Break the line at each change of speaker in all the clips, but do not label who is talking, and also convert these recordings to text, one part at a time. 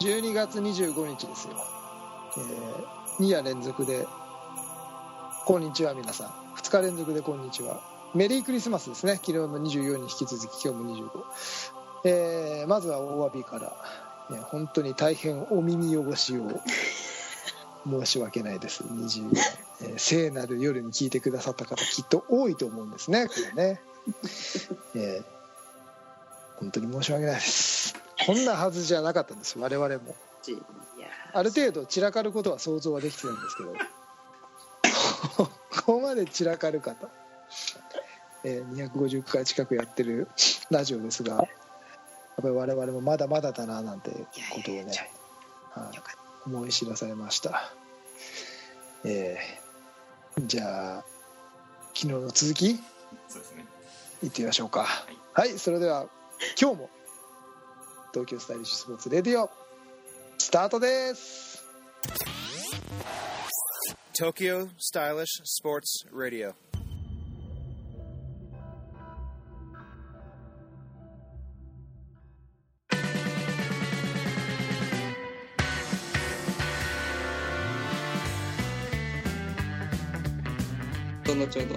12月25日ですよ、えー、2夜連続で「こんにちは皆さん」2日連続で「こんにちは」メリークリスマスですね昨日の24に引き続き今日も25、えー、まずはお詫びから、えー、本当に大変お耳汚しを申し訳ないです24、えー、聖なる夜に聞いてくださった方きっと多いと思うんですねこれね、えー、本当に申し訳ないですこんなはずじゃなかったんです我々もある程度散らかることは想像はできてたんですけど ここまで散らかるかと、えー、250回近くやってるラジオですがやっぱり我々もまだまだだななんてことをね思い知らされましたえー、じゃあ昨日の続き
そうですね
いってみましょうか、はい、はい、それでは今日も東京スタイリッシュスポーツレディオスタートです
東京スタイリッシュスポーツレディオ
ちょうど。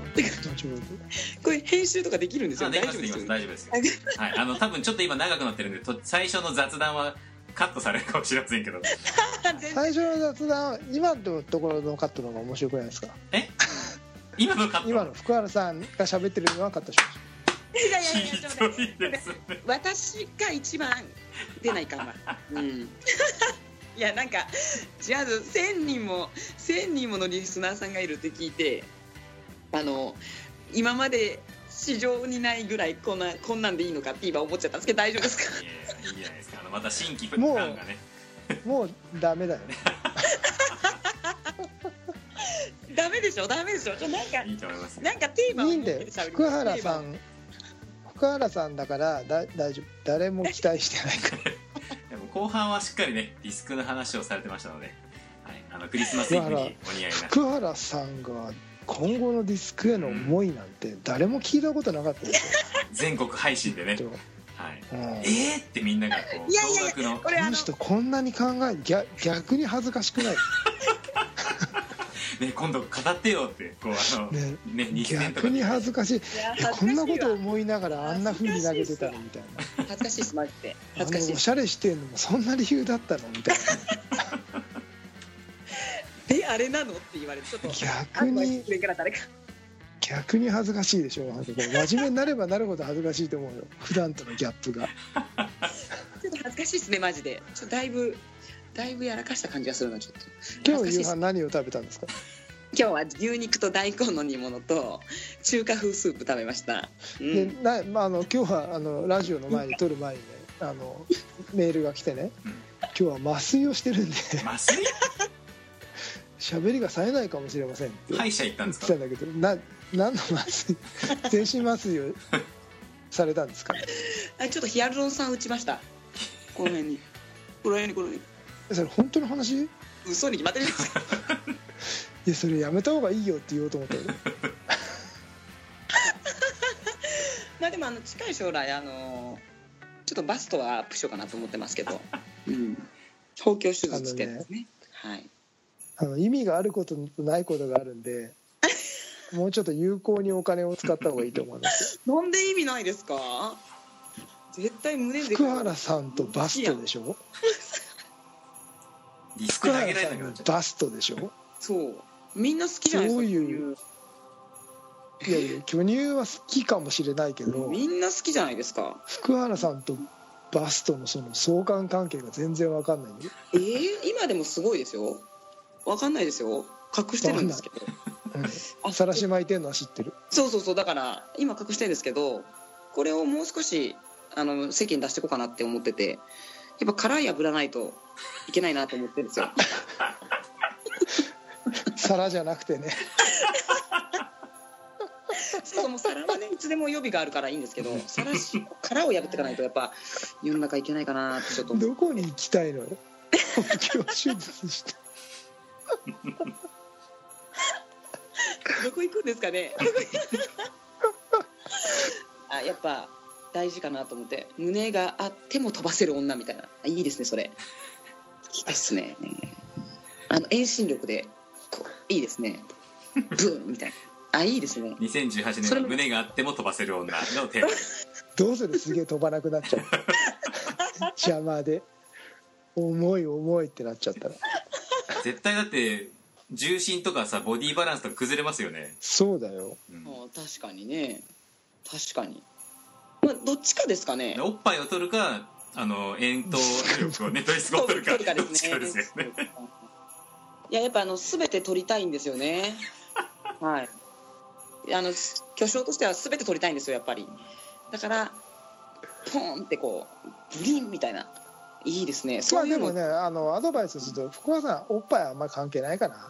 これ編集とかできるんですよ。
大丈夫です。大丈夫です。はい、あの多分ちょっと今長くなってるんで、と最初の雑談はカットされるかもしれませんけど。
最初の雑談、今のところのカットの方が面白くないですか。
え？今のカット。
今の福原さんが喋ってるのはカットしました。
いやいやいや、ちょっと、ね、私が一番出ない かな。うん。いやなんか違う1,000人も1,000人ものリスナーさんがいるって聞いてあの今まで市場にないぐらいこんなこんなんでいいのかって今思っちゃったんですけど大丈夫です か
いやいいじゃないですかあのまた新規ファンがね
もうダ メだよね
ダメでしょダメでしょちょなんかいいなんかテーマ
いいんだよ福原さん福原さんだからだ大丈夫誰も期待してない から
でも後半はしっかりねリスクの話をされてましたので、はい、あのクリスマスイブにお似合いな
福原さんが今後のディスクへの思いなんて誰も聞いたことなかったですよ、
うん、全国配信でね、はい、うん、えー、ってみんながこう驚愕の
この人こんなに考え逆逆に恥ずかしくない
ね、今度語ってよってこうあの、ねね、
逆に恥ずかしいこんなこと思いながらあんなふうに投げてたのみたい
な恥ずかしいですマジで恥ずかしい
おしゃれしてんのもそんな理由だったのみたいな
えあれなのって言われてちょっと
逆に逆に恥ずかしいでしょ真面目になればなるほど恥ずかしいと思うよ普段とのギャップが
ちょっと恥ずかしいですねマジでちょっとだいぶだいぶやらかした感じがするなちょっと
今日夕飯何を食べたんですか
今日は牛肉と大根の煮物と中華風スープ食べました、
うん、でなまあ、あの今日はあのラジオの前に撮る前にねあのメールが来てね今日は麻酔をしてるんで
麻酔
喋りが冴えないかもしれませんって
歯医者行ったんです
かだけどな何の麻酔全身麻酔をされたんですか、ね、
あちょっとヒアルロン酸打ちましたこの辺にこの辺にこの辺
にそれ本当の話
嘘に決まってる
いやそれやめた方がいいよって言おうと思ったよ
まあでもあの近い将来あのちょっとバストはアップしようかなと思ってますけど、うん、包茎手術してるんですね、ね、はい
あの意味があることとないことがあるんでもうちょっと有効にお金を使った方がいいと思います
なんで意味ないですか絶対胸で
福原さんとバストでしょ福原さんとバストでしょ
そうみんな好きじゃないですかそういう
いやいや巨乳は好きかもしれないけど
みんな好きじゃないですか
福原さんとバストのその相関関係が全然わかんない
えー、今でもすごいですよわかんないですよ隠してるんですけど
さらし巻いてんのは知ってる
そうそうそうだから今隠してるんですけどこれをもう少しあの世間に出していこうかなって思っててやっぱ辛い油ないといけないなと思ってるんですよ
皿じゃなくてね
そうそうもう皿はねいつでも予備があるからいいんですけど皿し殻を破っていかないとやっぱ世の中いけないかなってちょっと
どこに行きたいの よ今日手術して
どこ行くんですかねあやっぱ大事かなと思って胸があっても飛ばせる女みたいないいですねそれきですねあの遠心力でこういいですねブーンみたいなあいいですね
2018
それ
年
も
胸があっても飛ばせる女のテーマ
どうするすげえ飛ばなくなっ ちゃう邪魔で重い重いってなっちゃったら
絶対だって重心とかさボディバランスとか崩れますよね、
そうだよ
うん
ああ確かにね確かにまあどっちかですかね
おっぱいを取るかあの遠投力をねドイツ語を取るか
取るか
どっちかですよね
いややっぱあの全て取りたいんですよねはいあの巨匠としては全て取りたいんですよやっぱりだからポーンってこうブリンみたいないいですね
ま
そ
あ
うい
で
うの
もねあのアドバイスすると福岡さんおっぱいあんまり関係ないか な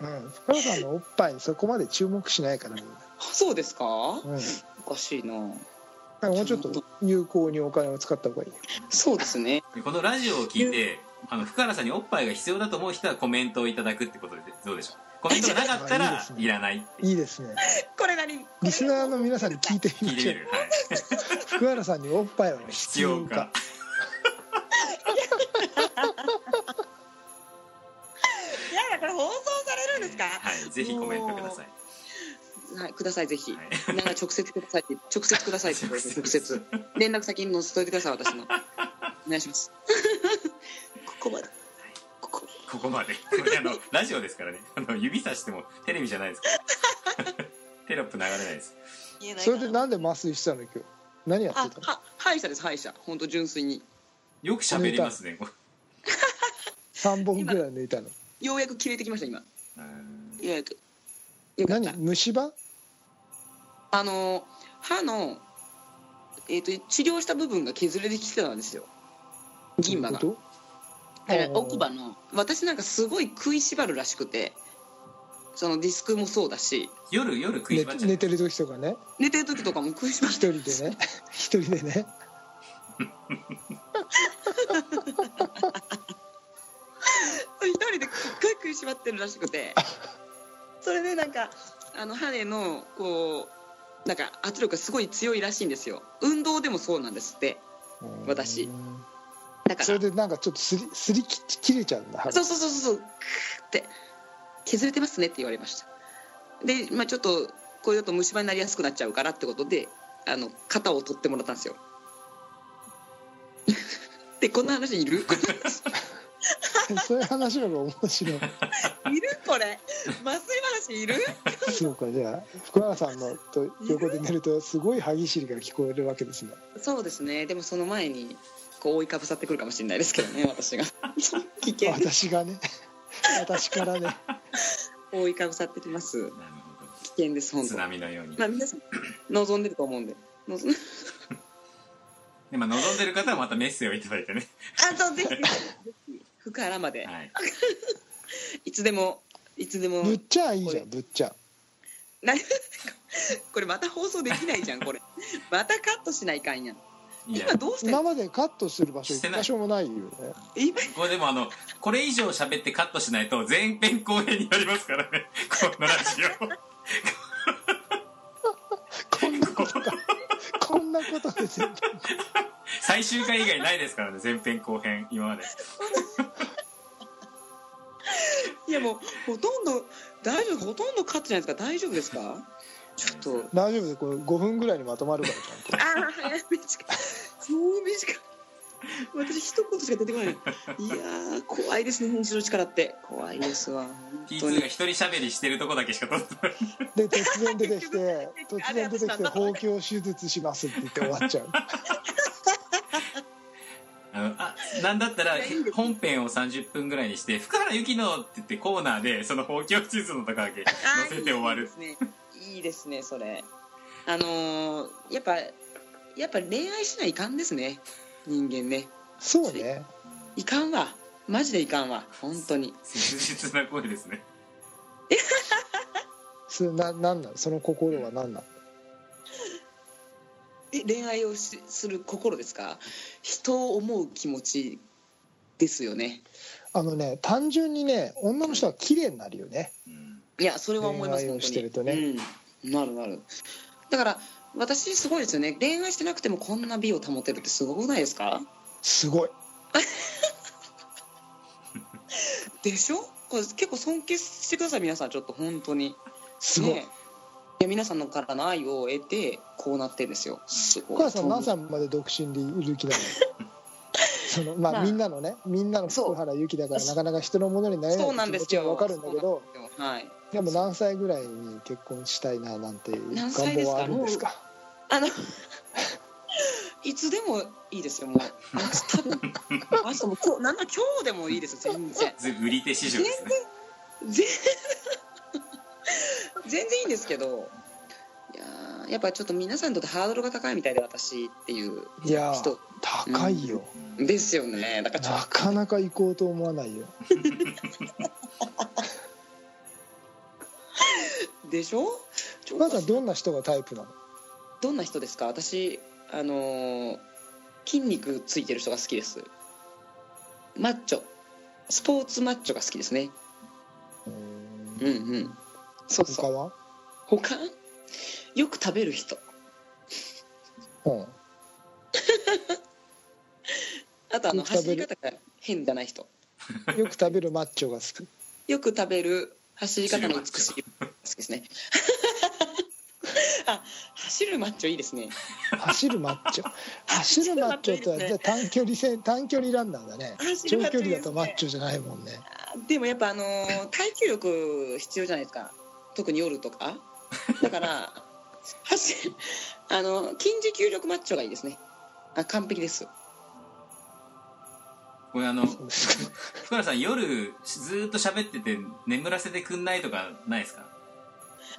うん福岡さんのおっぱいにそこまで注目しないから、ね
そうですかお
うん、
かしいな
なんかもうちょっと有効にお金を使った方がいいよ
そうですね
このラジオを聞いてあの福原さんにおっぱいが必要だと思う人はコメントをいただくってことでどうでしょうコメントがなかった
いい
ら
ですね
いらない
いいですね
これ何
リスナーの皆さんに聞いて
聞
み
いて
て
みる、はい、
福原さんにおっぱい は
必要か
いやいやこれ放送されるんですか
はいぜひコメントください
はいくださいぜひ、
は
な
い
んか直接くださいって直接くださいって直接連絡先に載せといてください私のお願いしますここまでここ
ここまでこ れあのラジオですからねあの指さしてもテレビじゃないですから テロップ流れないです
言えない
それでなんで麻酔してたの今日何やっ
あ
てたの
は歯医者です歯医者本当純粋に
よく喋りますね
3本ぐらい抜いたの
ようやく切れてきました今よ
うん
うやくよかっ
何
た
虫歯
あの歯のえっ、と治療した部分が削れてきてたんですよ銀歯が
どういう
だから
おー
奥歯の私なんかすごい食いしばるらしくてそのディスクもそうだし
夜夜食いしば
こ
っ
と
ち
寝寝
ゃう
てる時とかね
寝てる時とかも食いしばる
一人で ね一人でね
一人ですっごい食いしばってるらしくてそれでなんかあの羽のこうなんか圧力がすごい強いらしいんですよ運動でもそうなんですって 私
うん
だから
そ
そ
れで
う
なんかちょっとすりすり切切れちゃうんだ歯が
そうそうそうそうクーって削れてますねって言われましたで、まあ、ちょっとこれだと虫歯になりやすくなっちゃうからってことであの肩を取ってもらったんですよ でこんな話いる
そういう話の方が面 白い
いるこれ麻酔話いる
そうかじゃあ福原さんのと横で寝るとすごい歯ぎしりが聞こえるわけですね
そうですね。でもその前にこう覆いかぶさってくるかもしれないですけどね、私が危険
私が ね私からね
覆いかぶさってきます。
なるほ
危険です
ど
本
津
当。
波のように
まあ皆さん望んでると思うんで。望ん
でまあ望んでる方はまたメッセージをいただいてね
あそうぜひぜひ 福原まで
はい
いつでもいつでも
ぶっちゃんいいじゃんぶっちゃん
な これまた放送できないじゃんこれ。またカットしないかんやん。
いや
今どうしてん
今
の
までカットする場所
し
一
てない
箇所もないよね
今
これでもあのこれ以上喋ってカットしないと全編公演になりますか らねこのラジオ
こんなことがこんなことで全部
最終回以外ないですからね前編後編今まで
いやもうほとんど大丈夫ほとんどカットじゃないですか大丈夫ですか。ちょっと
大丈夫ですこれ5分ぐらいにまとまるからちゃんと
ああ早めしかそうめしか私一言しか出てこないいやー怖いですね編集の力って怖いですわ本当
P2
に
が一人喋りしてるとこだけしか撮ってな
で
い
突然出てき て
結
突然出て
局
き
あれ私なん
て
だ
包茎手術しますって言って終わっ ちゃう
あのあなんだったら本編を30分ぐらいにして「福原由紀の」って言ってコーナーでその放棄地図のとかだけ載せて終わる
いいですねそれあのーやっぱやっぱ恋愛しないかんですね人間ね
そうね
いかんわマジでいかんわ本当に
切実な声ですね
それななんなんその心は何なん
え恋愛をしする心ですか人を思う気持ちですよね
あのね単純にね女の人は綺麗になるよね
うん
いやそれは思います
恋愛を
本当に
してるとね
うん、なるなるだから私すごいですよね恋愛してなくてもこんな美を保てるってすごくないですか
すごい
でしょこれ結構尊敬してください皆さんちょっと本当に
すごい、
ねいや皆さんのからの愛を得てこうなってんですよす
お
ごい
母さん何歳まで独身でいる気 なのそのまあ、
まあ
みんなのねみんなの
そう
福原由紀だからなかなか人のものになれ
そう
な
ないん
気
で
持
す
ちは
よ
分かるんだけど
そうなんですよはい
でも何歳ぐらいに結婚したいななんていう願
何歳です
望
か
はあるんですか
あの いつでもいいで すよもう明日でも明日もこうなんなら今日でもいいですよ全然
ず売り手市場ですね
全全然いいんですけどいやーやっぱちょっと皆さんにとってハードルが高いみたいで私っていう
いやー
人
高いよ、
ですよねだからちょっ
なかなか行こうと思わないよ
とでしょちょ
お母さんどんな人がタイプなの
どんな人ですか私あのー筋肉ついてる人が好きですマッチョスポーツマッチョが好きですねうんうんそうそ
他
う
は
他よく食べる人
うん
あとあの
よく食
走
べ
り
る
方が変じゃない人
よく食べるマッチョが好き
よく食べる走り方の美しい好きですね あ走るマッチョいいですね
走るマッ チョ走るマッチョとはじゃあ短距離戦短距離ランナーだね
走
長
るマッチ
距
ョ
離
いいで
だ
す
と
ね
マッチョじゃないもんね
でもやっぱあのー耐久力必要じゃないですか特に夜とかだから走るあの筋持久力マッチョがいいですねあ完璧です
これあの福原さん夜ずーっと喋ってて眠らせてくんないとかないですか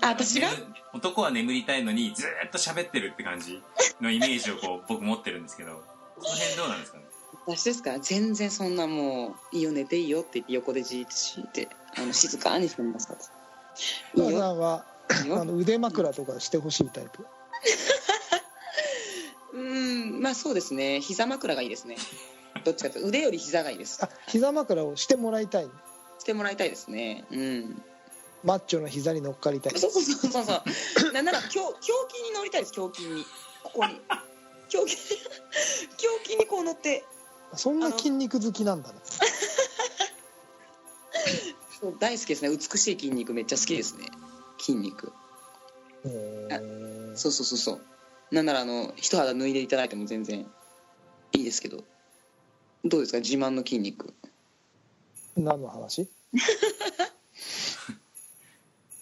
あ私が
眠男は眠りたいのにずーっと喋ってるって感じのイメージをこう僕持ってるんですけどこの辺どうなんですかね
私ですから全然そんなもう「いいよ寝ていいよ」って言って横でじーっとしてあの静かにしてますから
お母
いい
さ
よ
んはい
い
あ
よ
の腕枕とかしてほしいタイプ
うんまあそうですね膝枕がいい ですねどっちかというと腕より膝がいいです
あ膝枕をしてもらいたい
してもらいたいですねうん
マッチョの膝に乗っかりたい
そうそうそうそうそう。なんなら胸胸筋に乗りたいです。胸筋にここに胸筋 胸筋にこう乗って
そんな筋肉好きなんだね
そう大好きですね。美しい筋肉めっちゃ好きですね。筋肉。
へー
そうそうそうそう。なんならあの一肌脱いでいただいても全然いいですけど。どうですか自慢の筋肉。
何の話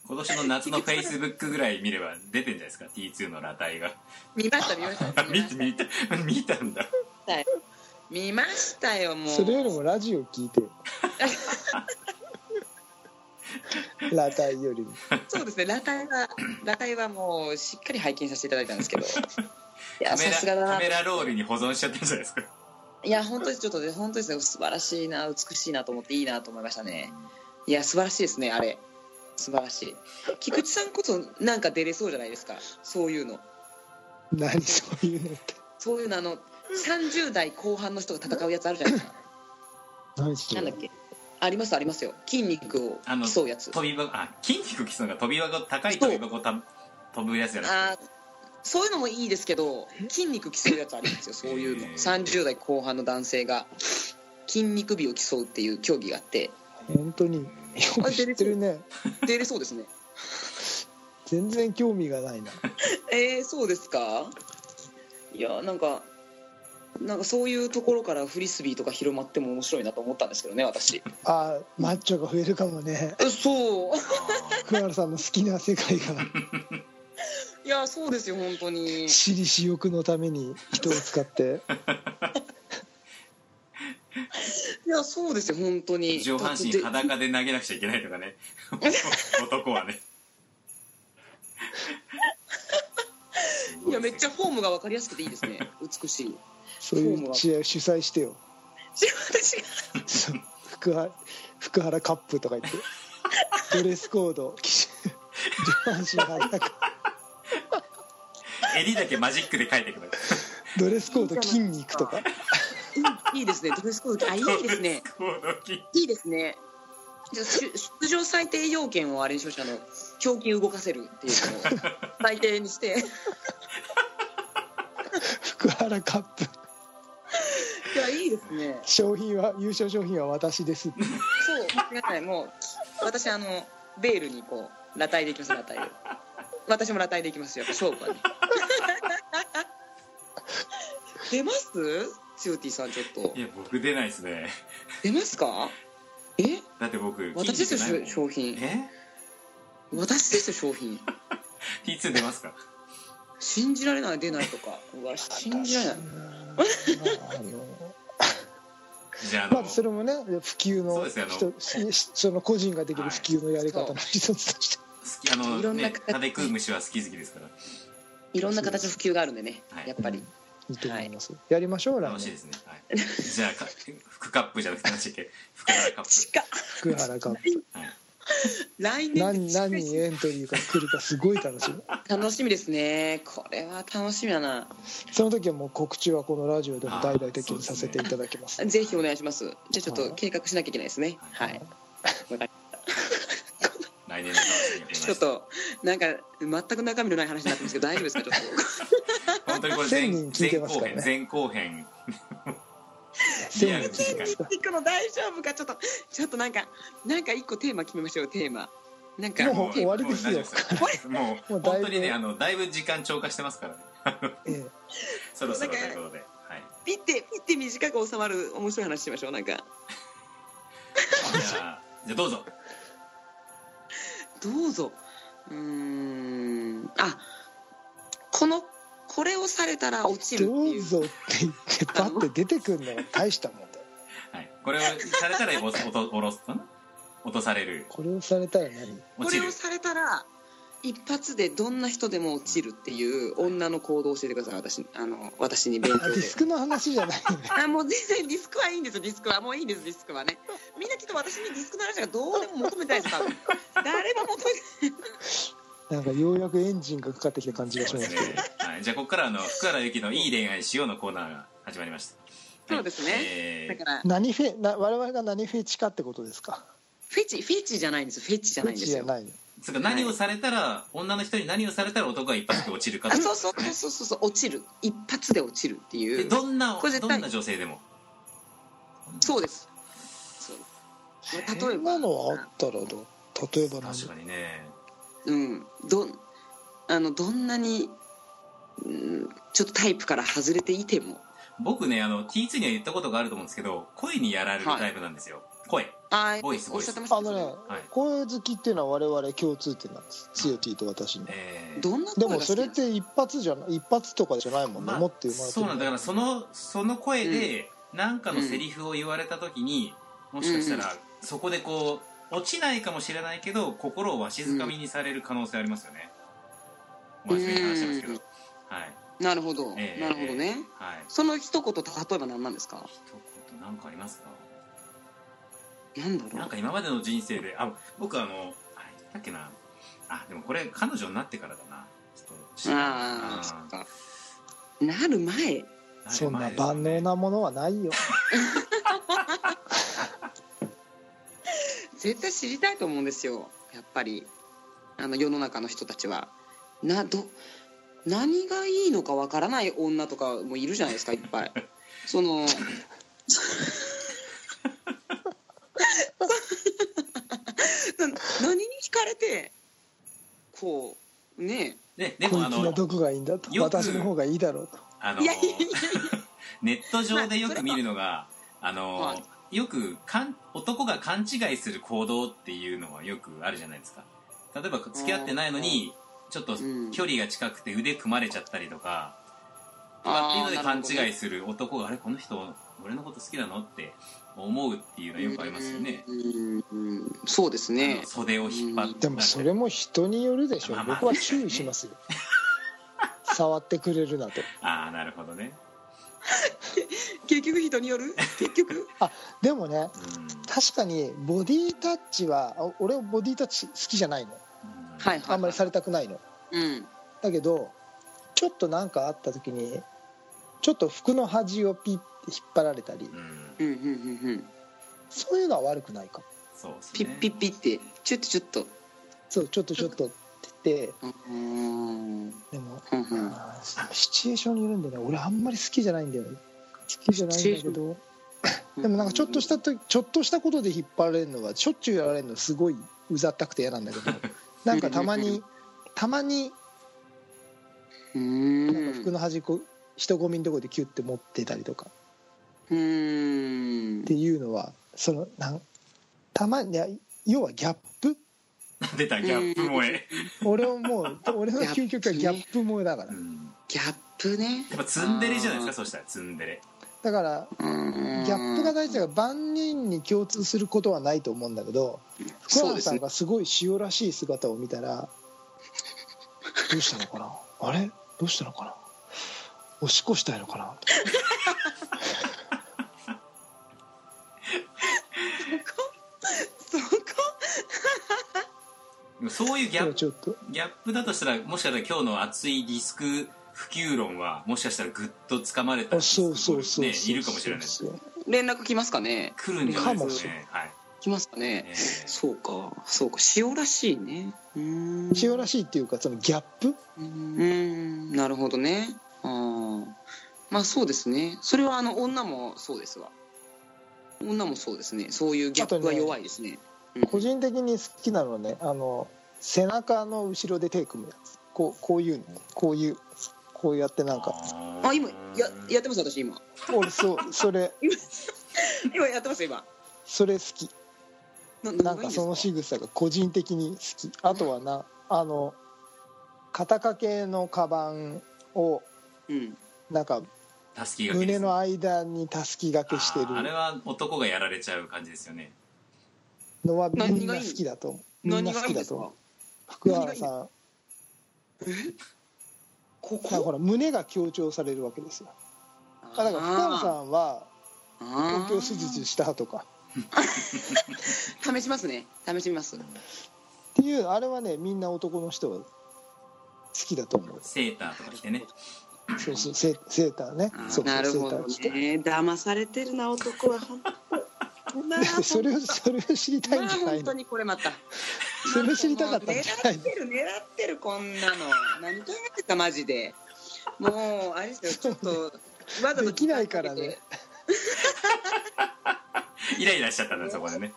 今年の夏のフェイスブックぐらい見れば出てんじゃないですか T2 の裸体が
見ました見ました。
見て見た見たんだ
見ましたよもう。
それよりもラジオ聞いて よラタイよりも
そうですね。裸体は裸体はもうしっかり拝見させていただいたんです けど。い
カ
や
メ
さ
ラ
すがだな
カ
と
メラロールに保存しちゃってるじゃないですか
いや本当にちょっとね本当ですね素晴らしいな美しいなと思っていいなと思いましたねいや素晴らしいですねあれ素晴らしい菊池さんこそなんか出れそうじゃないですかそういうの
何そういうのって
そういうのあの30代後半の人が戦うやつあるじゃないですか
何そ
な
れ
んだっけありますありますよ筋肉を
あの
競うやつ
飛び箱あ筋肉競うのが飛び箱高い飛び箱た飛ぶやつじゃないで
あ
すか
ーそういうのもいいですけど筋肉競うやつあるんですよそういうの
へー
30代後半の男性が筋肉美を競うっていう競技があって
本当によく知ってるね
出れそうです ね
全然興味がないな
えー、そうですかいやなんかなんかそういうところからフリスビーとか広まっても面白いなと思ったんですけどね私
あーマッチョが増えるかもね
えそう
福原さんの好きな世界が
いやそうですよ本当 に
私利私欲のために人を使って
いやそうですよ本当に
上半身
だって
裸で投げなくちゃいけないとかね 男はね
いやめっちゃフォームが分かりやすくていいですね美し い
そういう試合を主催してよ
私が
そう福原福原カップとか言ってドレスコード上半身裸
襟だけマジックで書いてくる
ドレスコード筋肉とか
いいいいですねドレスコードあいいですね
この筋
いいですねじゃあしゅ出場最低要件をあれにしましたあの胸筋動かせるっていうのを最低に して
福原カップ
いやいいですね
商品は優勝商品は私ですって
そう間違いないもう私あのベールにこう裸体でいきます裸体で私も裸体でいきますよ勝負はね 出ますチューティーさんちょっと
いや僕出ないですね
出ますかえ
だって僕
私です
金じゃな
よ
いもん
商品
え
私ですよ商品
T2 出ますか
信じられない出ないとかうわ信じられない
じゃああ
ま
の、
あそれもね普及
そう
の
ですよあの
人しその個人ができる普及のやり方の一つとして
好きあの
いろんな
ね
形
食べ食う虫は好き好きですか
いろんな形の普及があるんでね
はい
やっぱり
いいと思いますやりましょう
ら
来
楽しい
年
ですね、はい、じゃあか福カップじゃなくて何でしたっけ福原 カッ
近っ
福原カップ
来年
何
で 近
何
い
人エントリーが来るかすごい楽しみ
楽しみですねこれは楽しみだな
その時はもう告知はこのラジオでも大々的にさせていただきます
ぜひお願いしますじゃあちょっ
はい
と計画しなきゃいけないですね
は
はいい
プ来年の楽しみが増えまし
ちょ
た
っとなんか全く中身のない話になってますけど大丈夫 ですかちょっ
本当にこれ前
1000人聞い
前
てます
後
から
編
ね
前後編
千
リアル
人
に聞いてます
と聞くの大丈夫かちょっとちょっとなんかなんか一個テーマ決めましょうテーマなんか
もう終わりですよ
もう大丈夫ですよもう
もうだいぶ
本当にねあのだいぶ時間超過してますからね
え
そろそろと
そうだか
い
ら
うことで、はい、
ピッてピッて短く収まる面白い話しましょうなんか
じゃあじゃあどうぞ
どうぞうーんあこのこれをされたら落ち
え
るっ
ど
ていうう
ぞって言ってパッて出てくんのが大したもんだよ
はい、これをされたらおとおろすん落とされる
これをされたら何
こ
落ち
れ
る
をされたら一発でどんな人でも落ちるっていう女の行動を教えてください私あの私に勉
あ
強
ディ
で
スクの話じゃないのね
あもう全然ディスクはいいんですよディスクはもういいんですディスクはねみんなきっと私にディスクの話がどうでも求めたいです多 分誰も求めて
なんかようやくエンジンがかかってきた感じがし
そう
ま
ですすねはい、じゃあここからあの福原由紀の「いい恋愛しよう」のコーナーが始まりました
そうですね
え
だ
ー
から
何フェな我々が何フェチかってことですか
フェチフェチじゃないんですフェチじゃ
フ
な
ェ
いん
チ
です
じゃ
よ
ないの
つうか何をされたら女の人に何をされたら男が一発で落ちるか
あそうそうそうそうそう落ちる一発で落ちるって
で
いう
どんな
これ絶
ど
対
んな女性でも
そうですそう例
そ
えば
んなのはあったらどう例えば何
確かにね
うんどんあのどんなに、うん、ちょっとタイプから外れていても
僕ねあの T2 には言ったことがあると思うんですけど声にやられるタイプなんですよ、声
ああ
ボイス
おっしゃってました
あ
ね
のね
はい
声好きっていうのは我々共通点なんですつよ T と私に
えー
どんな
で
声が
も
好き
それ
な
っ
んですか
て一発じゃな一発とかじゃないもんね、
まあ
持って生まれて
そうなんだだからそのその声で何かのセリフを言われた時に、もしかしたらそこでこう落ちないかもしれないけど心をわしづかみにされる可能性ありますよね、
うん
真面目に話してますけど、
うん
はい
なるほど、
ええ
なるほどね、
はい
その一言と例えば何なんですか
一言なんかありますか
なんだろ
なん
う
か今までの人生であ僕あのあれだっけなあでもこれ彼女になってからだなちょっと知らない
ああそっかなる前
あー
そんな
前ですね
万能なものはないよ
絶対知りたいと思うんですよやっぱりあの世の中の人たちはなど何がいいのかわからない女とかもいるじゃないですかいっぱいその な何に惹かれてこうね
ねで
こ
もあ
いつの
の
毒がいいんだと
よく
私の方がいいだろうと
あの
いやいやいや
ネット上でよく見るのが、あの、
は
よくかん男が勘違いする行動っていうのはよくあるじゃないですか例えば付き合ってないのにちょっ
う
と
ん
距離が近くて腕組まれちゃったりとか、とかっていうので
あー
勘
な
違
る
いする男があれこの人俺のこと好きなのって思うっていうのはよくありますよね、
うんうんそうです
あ
ね
の袖を引っ張って、
でもそれも人によるでしょ
まあまあ
僕は注意しますよ触ってくれるなと
ああなるほどね、
結局人による結 局
でもね
うん
確かにボディタッチはあ俺ボディタッチ好きじゃないの
うん
はいは
あ
い
んまりされたくないの
うん
だけどちょっと何かあった時にちょっと服の端をピッて引っ張られたり
うん
うんうんうんうん
そういうのは悪くないかも
そうっす
ピ
ね
ッピッピッってちょっとちょっと
そうちょっとちょっとって言って
うーん
でも
うんうん
あーシチュエーションによるんでね俺あんまり好きじゃないんだよね好きじゃないんだけどでもなんかちょっとしたとちょっとしたことで引っ張られるのはしょっちゅうやられるのすごいうざったくて嫌なんだけ どなんかたまにたまに
うん
なんか服の端っこ人混みのとこでキュッて持ってたりとか
うん
っていうのはそのなんたまにいや要はギャップ
出たギャップ萌え、
俺はも う俺の究極はギャップ萌えだから
うん
ギャップね
やっぱツンデレじゃないですかそしたらツンデレ
だから
ギャ
ギャップが大事だから万人に共通することはないと思うんだけど福
そう
山
で
さ
す
ん
ね
がすごい塩らしい姿を見た らどうしたのかなあれどうしたのかなおしっこしたいのかな
そこ
でもそういうギャ
と
ップ
ちょっと
ギャップだとしたらもしかしたら今日の熱いリスク普及論はもしかしたらグッとつかまれた
あ
リスク
そうそうそうそう
ねいるかもしれないです
そう
連絡来ますかね
来るんじゃない
か
で
も
す
し
か
れ
ねはい、
来ますかね
え
そうかそうか塩らしいねうーん
塩らしいっていうかそのギャップ
うーんなるほどねあーまあそうですねそれはあの女もそうですわ女もそうですねそういうギャップが弱いですねうん
個人的に好きなのはねあの背中の後ろで手組むやつこうこういうのこういうこうやってなんか
ー
あ今ややってます私今
俺そうそれ
今やってます今
それ好き
な
なんかその仕草が個人的に好きあとはなあの肩掛けのカバンを
うん
なんか
たすきがけで
胸
すね
の間にたすき掛けして
あーあれ
る
は男がやられちゃう感じですよね
のは
何がいい
みんな好きだと思うみん
何
な
が
好
い
き
いんで
だ
す
と思
か
う福原さん
こ
なんかほ
こ
ら胸が強調されるわけですよあだから福原さんは
あ
東
ー
京手術したとか
試しますね試してみます
っていうあれはねみんな男の人は好きだと思う
セーターとか着てね
そうそうセセーターね
あー
そう
な
そう
る
セ
ほ
ータ
ど
ー着て
ね騙されてるな男は本当なあ
それをそれを知りたいんじゃ
まあ
ない
本
の
当にこれまた
それ知りたかったんじゃない
狙ってる狙ってるこんなの何考えてたマジでもうあれですよちょっとわざと
できないからね
イライラしちゃったんだそこでね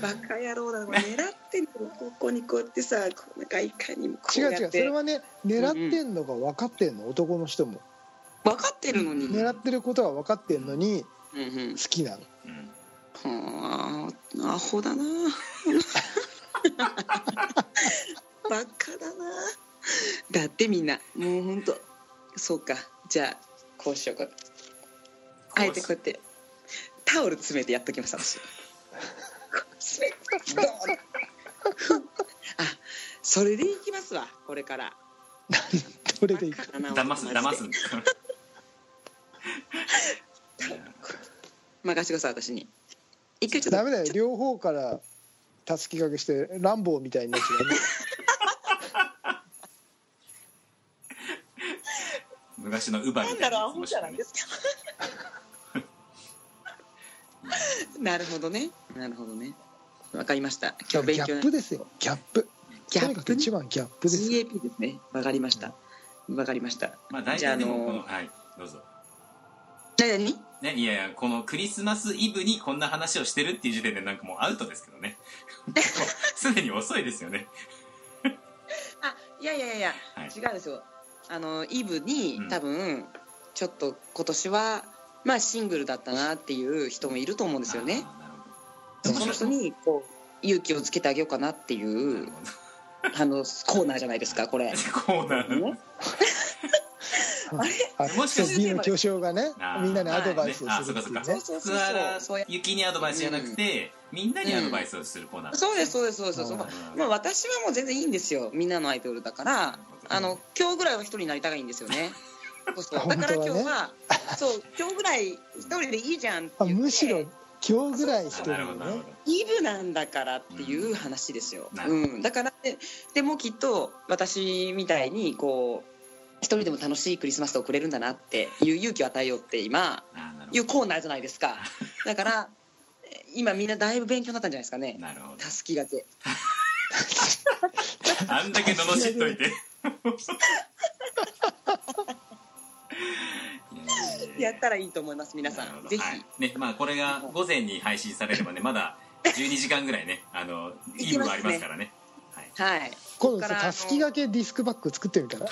バカ野郎だこれ狙ってんのここにこうやってさこの外観にもこう
違う
やっ
違うそ
て
れはね狙ってんのが分かってんの男の人も
分かってるのに、
狙ってることは分かってんのに
うんう
好
ん
きなの
うん
はあアホだなバカだなだってみんなもう本当そうかじゃあこうしようかあえてこうやってタオル詰めてやっときました私こう詰めてドーンあそれでいきますわこれから
どれでいく
バカだな
騙す
マジで
騙すんだ
任してください私に一回ちょっと
ダメだよ両方からたすき掛けしてランボーみたいになっちゃうね
昔のウバ
な
み
ん
た
だ
いな
ろう、
や
ア
つも
ホ
し
じゃ
た
な
ら
い
ね
ですか。 なるほどね。なるほどね。わかりました。 今日
ギ
勉
ャ
強
ッ
に
プですよギャップ
ギャ
とに
ッ
か
プ
く
ね
一。番ギャップですよ
GAP ですね。わかりました。わかりました。
まあ大
じゃああ
体でもこの、
の
はいどうぞ
何々
ね、いやいやこのクリスマスイブにこんな話をしてるっていう時点でなんかもうアウトですけどね もうすでに遅いですよね
あ、いやいやいや、
はい
違うんですよ。あのイブに
うん
多分ちょっと今年はまあシングルだったなっていう人もいると思うんですよね。
あーなるほど
その人にこう勇気をつけてあげようかなってい
なる
う
ほ
あのコーナーじゃないですかこ れ。
ど こうなる
ね
あ
もしかして
そう美の巨匠がね
あー
みんなにアドバイスを
まあね
するっていう
あそ
ね
う
そうそうそう
ツアーラ
そうや
雪にアドバイスじゃなくて、みんなにアドバイスをするコーナー、
そうですそうですそうですそううんまあまあ私はもう全然いいんですよみんなのアイドルだからあの今日ぐらいは一人になりたがいいんですよねそうそうだから今日
本当
はそう今日ぐらい一人でいいじゃんって
あ
言って
むしろ今日ぐらい人に
なるほどなるほ
ね
ど
イブなんだからっていう話ですよ、
なる
う
ほ
んだからででもきっと私みたいにこう一人でも楽しいクリスマスを送れるんだなっていう勇気を与えようって今
あーなるほ
いうコーナーじゃないですかだから今みんなだいぶ勉強になったんじゃないですかね
どなるほ
たすきがけ
どあんだけ罵っといていやいやいやい
やったらいいと思います皆さ
なるほ
ん
ど
ぜひ、
はいねまあ、これが午前に配信されればねまだ12時間ぐらいねあのいい部分ありますからね
はい
今度
ここ
さ
から
たすきがけディスクバッグ作ってみたら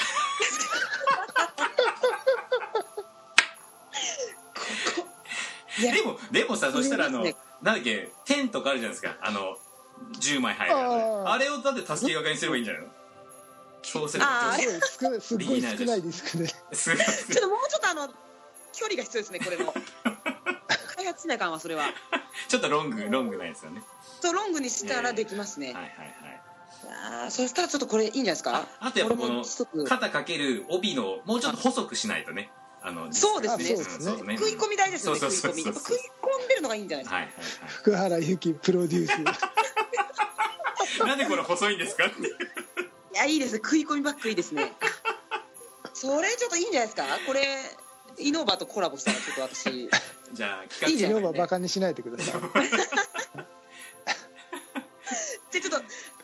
いや
でもでもさそしたらあの、
そうですね
なんだっけテンとかあるじゃないですかあの10枚入るやつね
あー
あれをだってたすき掛けにすればいいんじゃないのそうすれば
あー
すごいすごい少ないディスクで
すごい
ちょっともうちょっとあの距離が必要ですねこれ も開発しなあかんわそれは
ちょっとロングロングなやつだね
そうロングにしたらできますね、
はいはいはい
ああそしたらちょっとこれいいんじゃないですか
ああとやっぱこ
俺
の
も一足
肩かける帯のもうちょっと細くしないとねあの
そうですね
ん
そうです
ん
食い込み大事ですよね
そう
食い
そ
込みや
うそうそう
っぱ食い込んでるのがいいんじゃないですか
はいはい
福原由紀プロデュース
はい なんでこれ細いんですかって
いやいいです食い込みばっかりいいですねそれちょっといいんじゃないですかこれイノーバとコラボしたらちょっと私
じゃあ企
じ
画
ゃん
要
書
はバカにしないでください
じゃあちょっと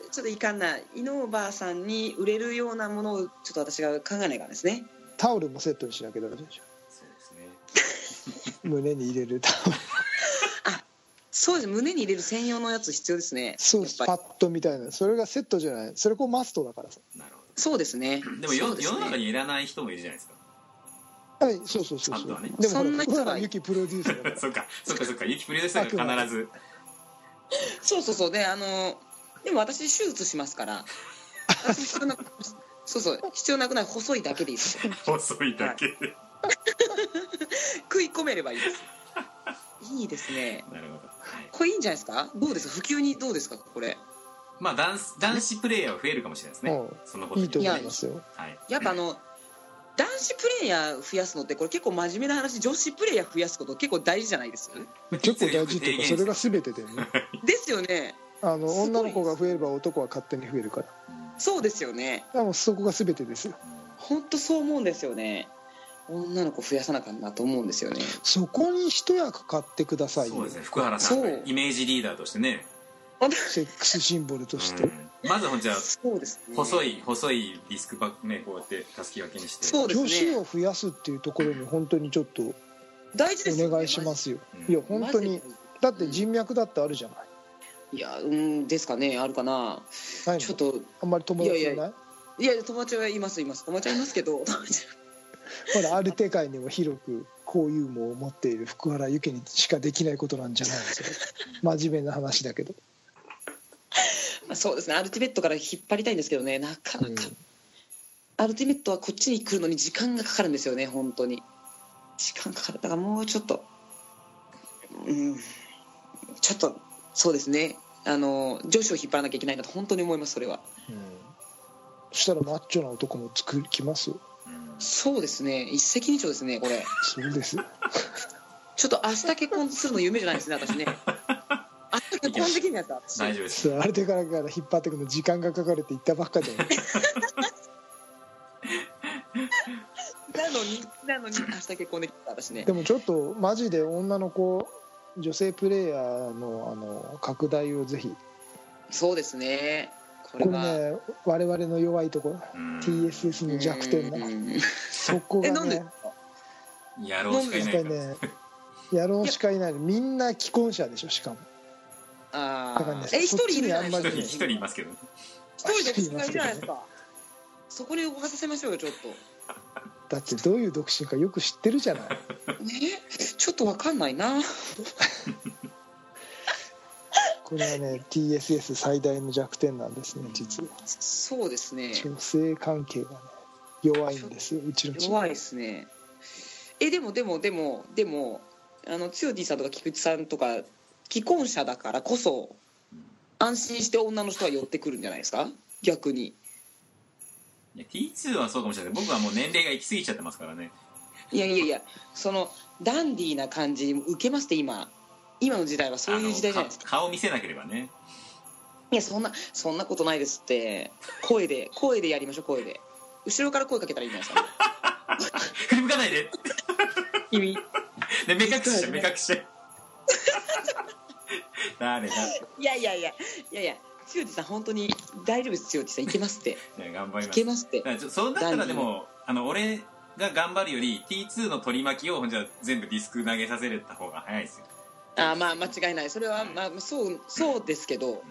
ちょっといかんなイノーバーさんに売れるようなものをちょっと私が考えないからですね
タオルもセットにしなきゃダメで し
そうですね
ょ胸に入れるタオル
そうです胸に入れる専用のやつ必要ですね
そうです
やっ
パ
ぱり
ッドみたいなそれがセットじゃないそれこうマストだからさ
なるほど
そうですね
でも
そ
よ
うです
世の
ね
中にいらない人もいるじゃないですか
はいそうそうそう
パッド
そう
はね
でも
そ
ほら
んな人
福
はい
原由紀プロデュースだ から
そっかそっかそっかゆきプリでしたら必ず
そうそうそうであのでも私手術しますから私も必要な そうそう必要なくない細いだけでいいです
細いだけで
食い込めればいいですいいですね
なるほど、はい、
これいいんじゃないですかどうですか普及にどうですかこれ
まあ男子男子プレイヤーは増えるかもしれないですね
うん
そのこと
いいと
に
思いますよ
はい
やっぱあの男子プレイヤー増やすのってこれ結構真面目な話女子プレイヤー増やすこと結構大事じゃないです
結構大事っていうかそれが全てだよね
ですよね
あの
すごい
女の子が増えれば男は勝手に増えるからだか
そうですよね
らもうそこが全てですよ
本当そう思うんですよね女の子増やさなあかんなと思うんですよね
そこに一役買ってください
そう
よ
ですね福原さん
そう
イメージリーダーとしてね
セックスシンボルとして、
うんまずほんじゃあ
そうですね
細い細いディスクパックねこうやってたすき分けにして
そうで
女
す
子
ね
を増やすっていうところに本当にちょっとお
大事ですよね
願いしますよ
うん
いや本当にだって人脈だってあるじゃない
いやうんですかねあるかな
ないの
ちょっと
あんまり友達いない
いやいいや友達はいますいます友達はいますけど 友達
ほらある世界にも広くこういうもを持っている福原由紀にしかできないことなんじゃないですか真面目な話だけど、
はそうですねアルティメットから引っ張りたいんですけどねなかな
うん
か、アルティメットはこっちに来るのに時間がかかるんですよね本当に時間かかるだからもうちょっとうんちょっとそうですねあの女子を引っ張らなきゃいけないなと本当に思いますそれは
そしたらマッチョな男も作りますよ
うん
そうですね一石二鳥ですねこれ
そうですよ
ちょっと明日結婚するの夢じゃないですね 私ね明日結婚できるんやった私
大丈夫です
そうある世界から引っ張ってくの時間がかかるって言ったばっかじゃない
なのに、なのに、明日結婚できた私ね
で。もちょっとマジで女の子女性プレイヤーのあの拡大をぜひ
そうですね。これ
これ
は。
ね我々の弱いところ
うん
TSS の弱点
う
だ
ん
そこ
え、
が
なんで
ね。
やろうしかい
やっ
ない
ぱり
から
ね野郎しかいないのみんな既婚者でしょしかもだから
あ
ね
あ。え、一
そっ
人
ち
いる
に
じゃ
あ
ない
ん
で
ますり
か。
一人一人いますけどね
一人で一人がいるじゃないですか。そこに動かさせましょうよ、ちょっと。
だってどういう独身かよく知ってるじゃない
ね、ちょっとわかんないな。
これはね TSS 最大の弱点なんですね実は
そうですね。
女性関係がね弱いんですようちのチーム
弱いですね。え、でも、でも、でも、でも、あの、つよ D さんとか菊池さんとか。既婚者だからこそ。安心して女の人は寄ってくるんじゃないですか。逆に。
いや T2 はそうかもしれない僕はもう年齢が行き過ぎちゃってますからね
いやいやいや、そのダンディーな感じに受けますって今。今の時代はそういう時代じゃないですか。
あのか顔見せなければね
いや、そんな、そんなことないですって。声で、声でやりましょう、声で。後ろから声かけたらいいんじゃないですか。
振り向かないで
意味。
で目隠しして目隠しして誰だっ
いやいやいや、いやいや、千代地さん、本当に大丈夫です、千代地さん、いけますって。
て頑張り
い
ます
けますって
だ。からちょそうなったらでもあの俺が頑張るより T2 の取り巻きをじゃあ全部ディスク投げさせれた方が早いですよ、
あーまあ間違いないそれはまあそうそうですけど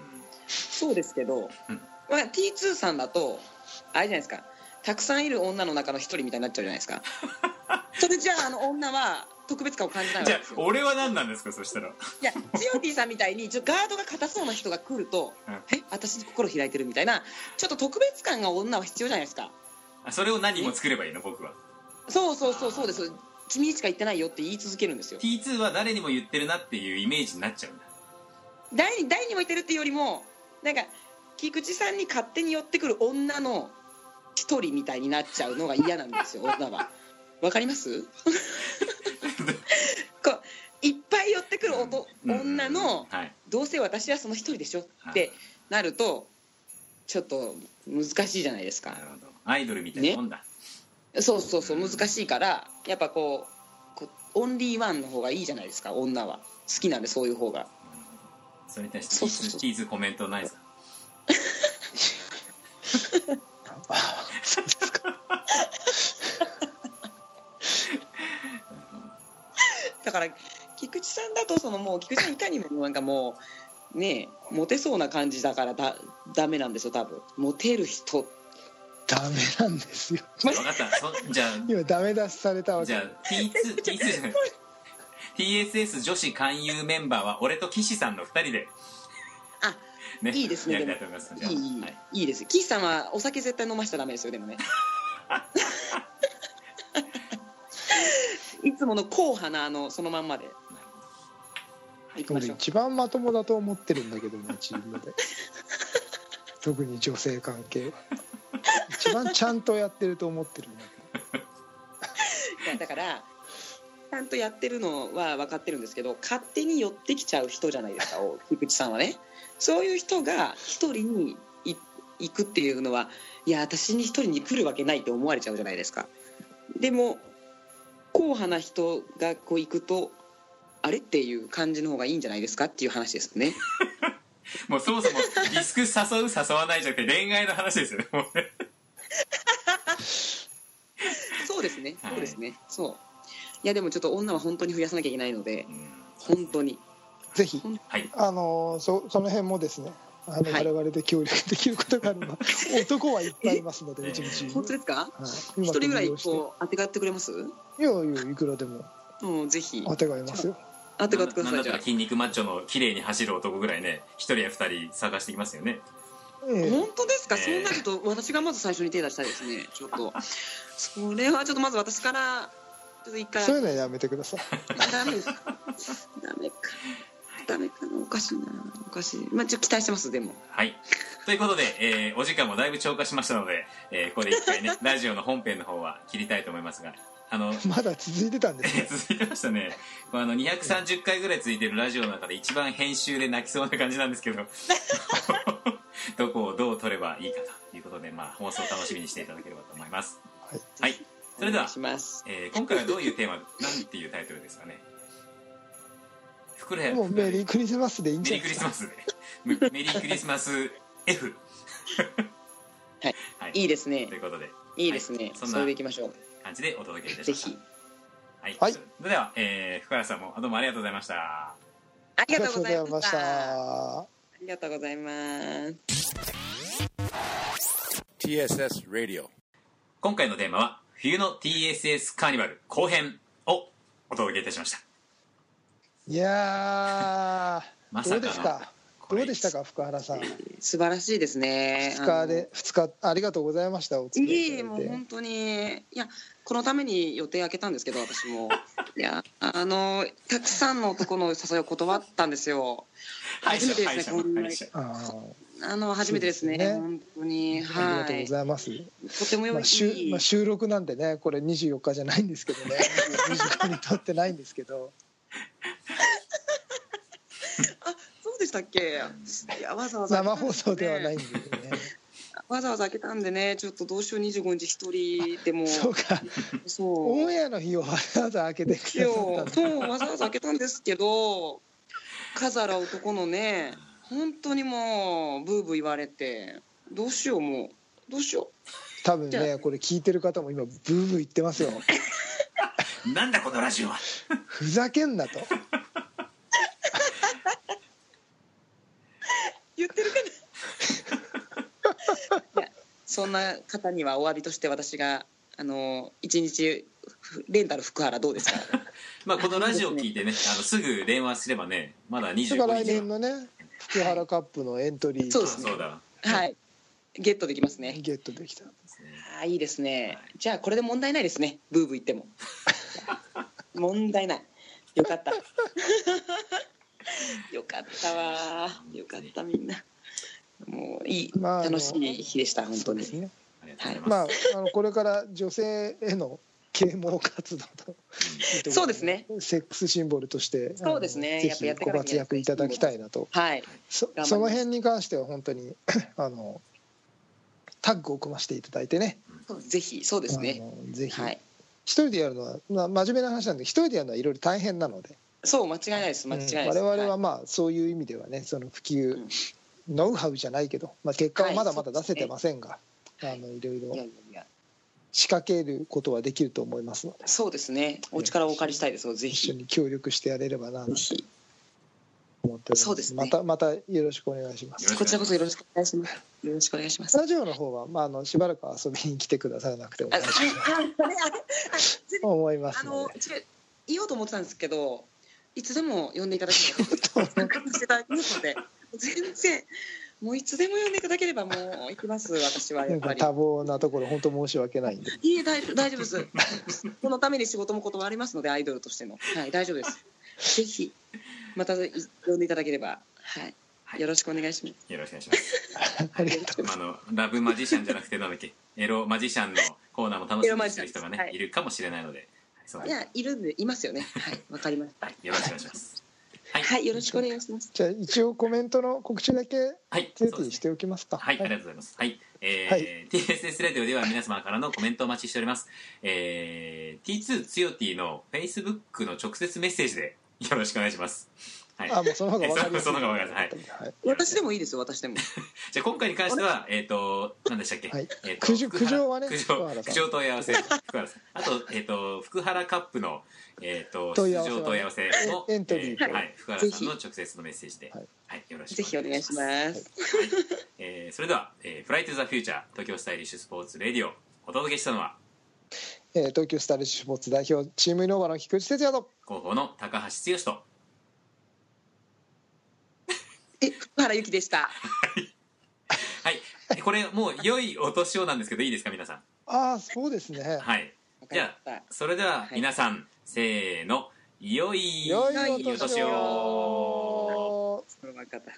そうですけど、
うん
まあ、T2 さんだとあれじゃないですかたくさんいる女の中の一人みたいになっちゃうじゃないです かそれじゃああの女は特別感を感じないわ
じ
け
ゃあ
ですよ
俺は何なんですかそしたら
いやジオティさんみたいにちょっとガードが硬そうな人が来ると、
うん
え私に心開いてるみたいなちょっと特別感が女は必要じゃないですか
あそれを何も作ればいいの僕は
そうそうそうそうです君にしか言ってないよって言い続けるんですよ
T2 は誰にも言ってるなっていうイメージになっちゃうんだ
誰に誰にも言ってるっていうよりもなんか菊池さんに勝手に寄ってくる女の一人みたいになっちゃうのが嫌なん ですよ女はわかりますこういっぱい寄ってくるおと
うん
女の
はい
どうせ私はその一人でしょってなるとちょっと難しいじゃないですか
なるほどアイドルみたいなもんだ、
そうそうそう難しいからやっぱこうこうオンリーワンの方がいいじゃないですか女は好きなんでそういう方が
それに対して
そうそうそう
T2 コメントないですか
だから菊池さんだとそのもう菊池さんいかにもなんかもうねえモテそうな感じだからだダメなんですよ多分モテる人
ダメなんですよ
分かったそ じゃ
今ダメ出しされた
あ
わ
じ
け
ゃあ T2, T2 じゃない TSS 女子勧誘メンバーは俺と岸さんの2人で
あ
ね
いいですね
やりたいと思います
いいいい,、
はい
い、いですキーさんはお酒絶対飲ましちゃダメですよでも ねいつもの硬派なあのそのまんまで行きま
俺
しょう
一番まともだと思ってるんだけどねチー ムで特に女性関係は一番ちゃんとやってると思ってるんだけ
いやだからちゃんとやってるのは分かってるんですけど勝手に寄ってきちゃう人じゃないですかお菊池さんはねそういう人が一人にい行くっていうのはいや私に一人に来るわけないって思われちゃうじゃないですかでも硬派な人がこう行くとあれっていう感じの方がいいんじゃないですかっていう話ですよね
もうそもそもディスク誘う誘わないじゃなくて 恋愛の話ですよねもうね
そうですね
はい
そうですね、そういやでもちょっと女は本当に増やさなきゃいけないので
うん
本当に
どぜひ
はい
あのーそその辺もですねあの、
はい
我々で協力できることがあれ ば男はいっぱいいますのでうちのチーム
本当ですか
はい
一人ぐらい
利用して
こう当てがってくれます
いやいやいくらでも
うん、ぜひ。
当てがいますよ
当てがってくだ
な
さい、
んだ
じゃ
ったら筋肉マッチョの綺麗に走る男ぐらいね一人や二人探してきますよね
あ。
ええ
本当ですか、
ええ
そうなると、私がまず最初に手出したいですね。ちょっ と。それはちょっとまず私から。ちょっと一回。
そういう
ダ
のはやめてください
メです。ダメか。ダメかな、おかしいな、おかしい。まあ、ちょっと期待してます、でも。
はい。ということで、えーお時間もだいぶ超過しましたので、えーこれで一回ね、ラジオの本編の方は切りたいと思いますが、あの、
まだ続いてたんですね
続いてましたね。あの、230回ぐらい続いてるラジオの中で一番編集で泣きそうな感じなんですけど、 どこをどう撮ればいいかということで、まあ、放送を楽しみにしていただければと思います。
はい
はい。それ
お
で
願、
はい
します。
えー今回はどういうテーマ、なんていうタイトルですかね。ふ くらや
もうメリークリスマスでいいん
メ
じゃ
リ
な
ー
いで
クリ
す
ス
か
マスで。メメリークリスマス F。
はい、
はい
いいですね
とい。うことで、
いいですね。
はい
そ
そんな
れでいきましょう。
感じでお届けいたし
ぜ
ました。
ひ。
はい。
はい
それでは、えー、福原さんもどうもありがとうございました。
あり
ありが
がと
と
う
う
ご
ご
ざ
ざ
い
い
ま
まし
し。
た
あ
た
りがとうございます。
TSS Radio.
今回のテーマは、冬の TSS カーニバル後編をお届けいたしました。
いや
ま
ー
さ
どう
かの
でした
こ
ど
れ
うでしたか福原さん
素晴らしいですね。
2日で二日ありがとうございましたお付き合いい
いい
ただ
も
いうて
本当にいやこのために予定開けたんですけど 私もいやあのたくさんの男の誘いを断ったんですよ
敗者、
初めて
敗
で
者
すねこ
も
んな
敗者。
あー
あの初めてです
そう
ね
ですね
本当
あ
に
りが
は
とうご
い
ざいます、
とても良い、
まあ収まあ、収録なんでねこれ24日じゃないんですけどね24日に撮ってないんですけど
そうでしたっけいやわざわざ
生放送ではないん
ね
でね
わざわざ開けたんでねちょっとどうしよう25日一人でも
そうか
そう
オンエアの日をわざわざ開けてくださったん
今
だ
日そうわざわざ開けたんですけど数ある男のね本当にもうブーブー言われてどうしようもうどうしよう
多分
じゃ
ねこれ聞いてる方も今ブーブー言ってますよ
なんだこのラジオは
ふざけんなと
言ってるか
そんな方にはお詫びとして私があの一日レンタル福原どうですか
まあこのラジオ聞いてねあのすぐ電話すればねまだ25
そ
日
れか
は
ら来年のね福原カップのエントリー
そうです
あそうだ
はいゲットできますね
ゲットできた
ですね
あーいいですねじゃあこれで問題ないですねブーブー言って も問題ないよかった よかったわよかったみんなもういい、
まああの
楽しい日でした本当に
そうですね
ありがとうございます、
まああのこれから女性への啓蒙活動と
そうですね
セックスシンボルとしてあの
そうですね
ぜ
や
ひ
っぱやって
ご
かなきゃ
活躍いただきたいなと
はい
そ
頑張ります
その辺に関しては本当に あのタッグを組ませていただいてね
ぜひそうですね
あのぜひ、
はい
一人でやるのは、まあ、真面目な話なんで一人でやるのはいろいろ大変なので、
そう間違いないです間違いないです、
うん我々は
はい
まあそういう意味ではねその普及、
うん
ノウハウじゃないけど、まあ、結果はまだまだ
は
出
い
せてませんが、
はい
あのいろい
いや
ろ
いやいや
仕掛けることはできると思いますので
そうですねお力をお借りしたいですぜ
一緒
ひ
に協力してやれればなと
ぜひ
思っております
そうですね
またまたよろしくお願いします。
こちらこそよろしくお願いしますよろしくお願いします
ラジオの方は、まあ、あのしばらく遊びに来てくださらなくても
ああ
大丈夫と思いま
あ
す
の
の
違う言おうと思ってたんですけどいつでも呼んでいただければ
で。
参加していただきますので全然もういつでも呼んでいただければもう行きます私は
な
や
ん
っぱ
か
り
多忙なところ本当申し訳ないんで
いいえ大丈夫大丈夫ですこのために仕事も断りますのでアイドルとしてのはい大丈夫ですぜひまた呼んでいただければはい、
はい
よろしくお願いします
よろしくお願いします
ありがとう
まああのラブマジシャンじゃなくてなんだっけエロマジシャンのコーナーも楽しみにしてる人が
エ
ね、
ロマジシャンはい
い、るかもしれないので、はいその
い
時は
やいるんでいますよねはいわかりました
いよろしくお願いしますはい
はいよろしくお願いします
じゃあ一応コメントの告知だけ
はい
定
そうで
期
すね
しておきますか。
はい、ありがとうございます。はい、えー
はい
TSS レディオでは皆様からのコメントをお待ちしております。えー、T2 つよ T の Facebook の直接メッセージでよろしくお願いします。はい。
あ、もうその方が分かりやすい。
その方がわかりやす
はい。
私でもいいですよ私でも
じゃあ今回に関しては、えっ、と、何でしたっけ、
はい
えーと
苦情
福
苦
原
情はね
苦
福
情
原さん
苦情問い合わせ。福原さん。あと、えっ、と、福原カップの、えっ、と、
問
出
い合わせは
場問い合わせも、
エントリー
えはい、福原さんの直接のメッセージで、は
はいい、
よろしく
ぜひお願いします
はい、えーそれでは、えーフライトゥザフューチャー東京スタイリッシュスポーツレディオお届けしたのは
えー東京スタイリッシュスポーツ代表チームイノーバの菊池哲也と。
広報の高橋剛と
え福原由紀でした
はいえこれもう良いお年をなんですけどいいですか皆さん
ああ、そうですね。
はい
わかりました
それでは
はい
皆さん、せーの良い
良い
い
お
お
年
年
を
を。
その分かった